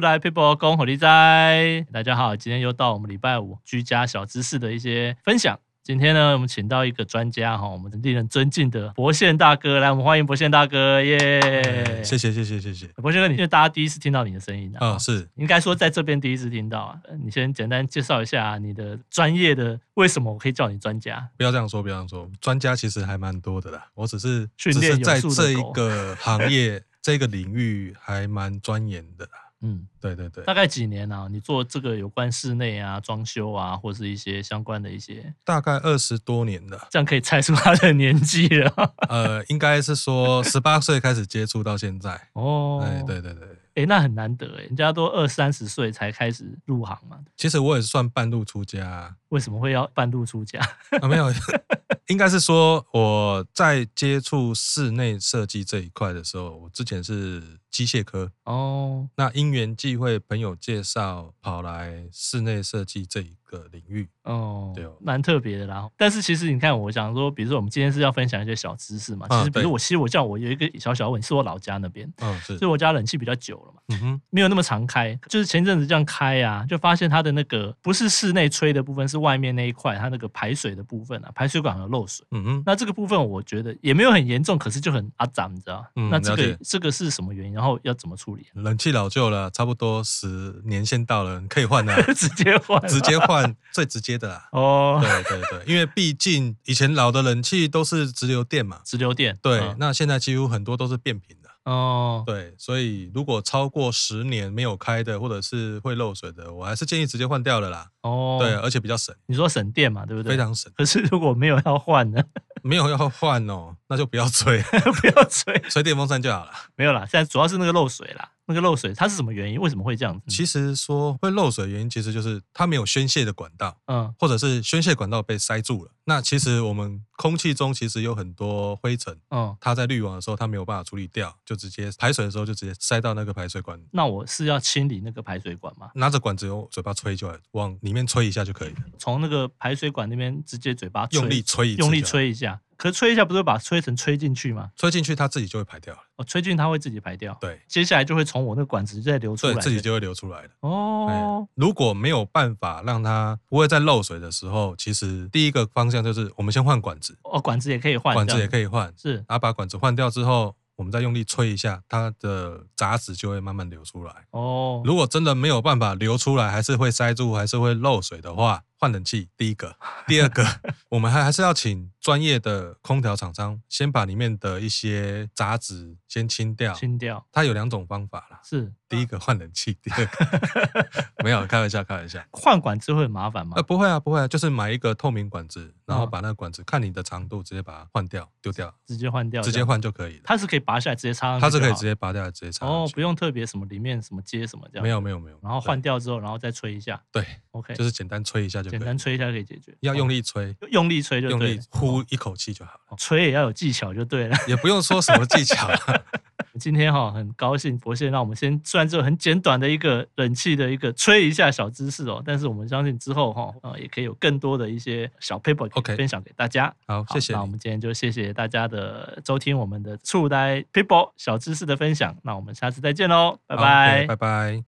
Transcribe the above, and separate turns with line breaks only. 来 people 恭候你在。大家好，今天又到我们礼拜五居家小知识的一些分享。今天呢，我们请到一个专家哈，我们令人尊敬的博宪大哥，来，我们欢迎博宪大哥，耶、
哎谢谢谢谢谢谢
博宪哥，你因为大家第一次听到你的声音
啊，是
应该说在这边第一次听到啊。你先简单介绍一下你的专业的，为什么我可以叫你专家？
不要这样说，不要这样说，专家其实还蛮多的啦，我只是
训
只
练
是
有
在
素的
这
狗
一 个行业这个领域还蛮钻研的啦。
嗯，
对对对
大，概几年啊？你做这个有关室内啊、装修啊，或是一些相关的一些，，
大概二十多年了
这样可以猜出他的年纪了。
呃，应该是说十八岁开始接触到现在。
哦，
哎，对对对，
哎、那很难得哎、人家都二三十岁才开始入行嘛，
其实我也是算半路出家啊，
为什么会要半路出家？
啊没有，应该是说我在接触室内设计这一块的时候，我之前是机械科，
哦，
那因缘际会，朋友介绍跑来室内设计这一个领域。
哦
对哦，
蛮特别的啦。但是其实你看，我想说，比如说我们今天是要分享一些小知识嘛。
啊
其实，比如
对
我，其实我叫我有一个小小问题，是我老家那边，
嗯，是
所以，我家冷气比较久了嘛，
嗯哼，
没有那么常开。就是前阵子这样开啊，就发现它的那个不是室内吹的部分，是外面那一块，它那个排水的部分啊，排水管有漏水。
嗯哼，
那这个部分我觉得也没有很严重，可是就很阿脏，你知道？
嗯
那这
了
个
解
这个是什么原因？然后要怎么处理、啊？
冷气老旧了，差不多十年限到了，你可以换了、
直接换啊，
直接换最直接的啦。
哦，
对对对，因为毕竟以前老的冷气都是直流电嘛，
直流电，
对，
嗯
那现在几乎很多都是变频的，
哦，
对，所以如果超过十年没有开的，或者是会漏水的，我还是建议直接换掉了啦。
哦，
对，，而且比较省，
你说省电嘛，对不对？
非。常省。
可是如果没有要换 呢，
没有要换哦，那就不 要吹，
不要吹，
吹电风扇就好了。
没有啦。现在主要是那个漏水啦，那个漏水它是什么原因？为什么会这样子？
其实说会漏水的原因，其实就是它没有宣泄的管道，
嗯，
或者是宣泄管道被塞住了。那其实我们空气中其实有很多灰尘，
嗯，
它在滤网的时候它没有办法处理掉，就直接排水的时候就直接塞到那个排水管，
那我是要清理那个排水管嘛，
拿着管子用嘴巴吹就好，往里面吹一下就可以了，
从那个排水管那边直接嘴巴吹
用力吹一次，
用力，吹一下，可是吹一下不是会把灰尘吹进去吗？
吹进去它自己就会排掉了，
哦，吹进它会自己排掉，
对，
接下来就会从我那个管子再流出
所
来
以
的，
自己就会流出来了。
哦
哎，如果没有办法让它不会在漏水的时候，其实第一个方向就是我们先换管子，
哦，管子也可以换，
管子也可
以
以换，
是
然后把管子换掉之后，我们再用力吹一下，它的杂质就会慢慢流出来。
哦，
如果真的没有办法流出来，还是会塞住，还是会漏水的话，换冷气。第 一个，第二个，我们还还是要请专业的空调厂商先把里面的一些杂质先清掉。
清掉
它有两种方法啦，
是
第一个换冷气，第二个 没有开玩笑，开玩笑。
换管子会很麻烦吗
呃，？不会啊，不会啊，就是买一个透明管子，然后
嗯
把那个管子看你的长度，直接把它换掉、丢掉，
直接换掉，
直接，换就可以了。
它是可以拔下来直接插上去就好，
它是可以直接拔掉，直接插上
哦，
去。
不用特别什么里面什么接什么这样，
没有没有没有。
然后
对
换掉之后，然后再吹一下
对，
，OK，
就是简单吹一下就可
简
以了。
单吹一下可以解决，
要
哦
用力吹，
用力吹就
用
对
力
了，
呼一口气就好了，
哦吹也要有技巧就对了。
也不用说什么技巧啊。
今天哈很高兴博宪让我们先虽然只有很简短的一个冷气的一个吹一下小知识哦，但是我们相信之后哈呃也可以有更多的一些小 paper 可以
OK
分享给大家。
好，
好
谢谢
那我
你，
们今天就谢谢大家的收听我们的触呆 people 小知识的分享，那我们下次再见喽，拜
好，OK，
拜
拜。拜。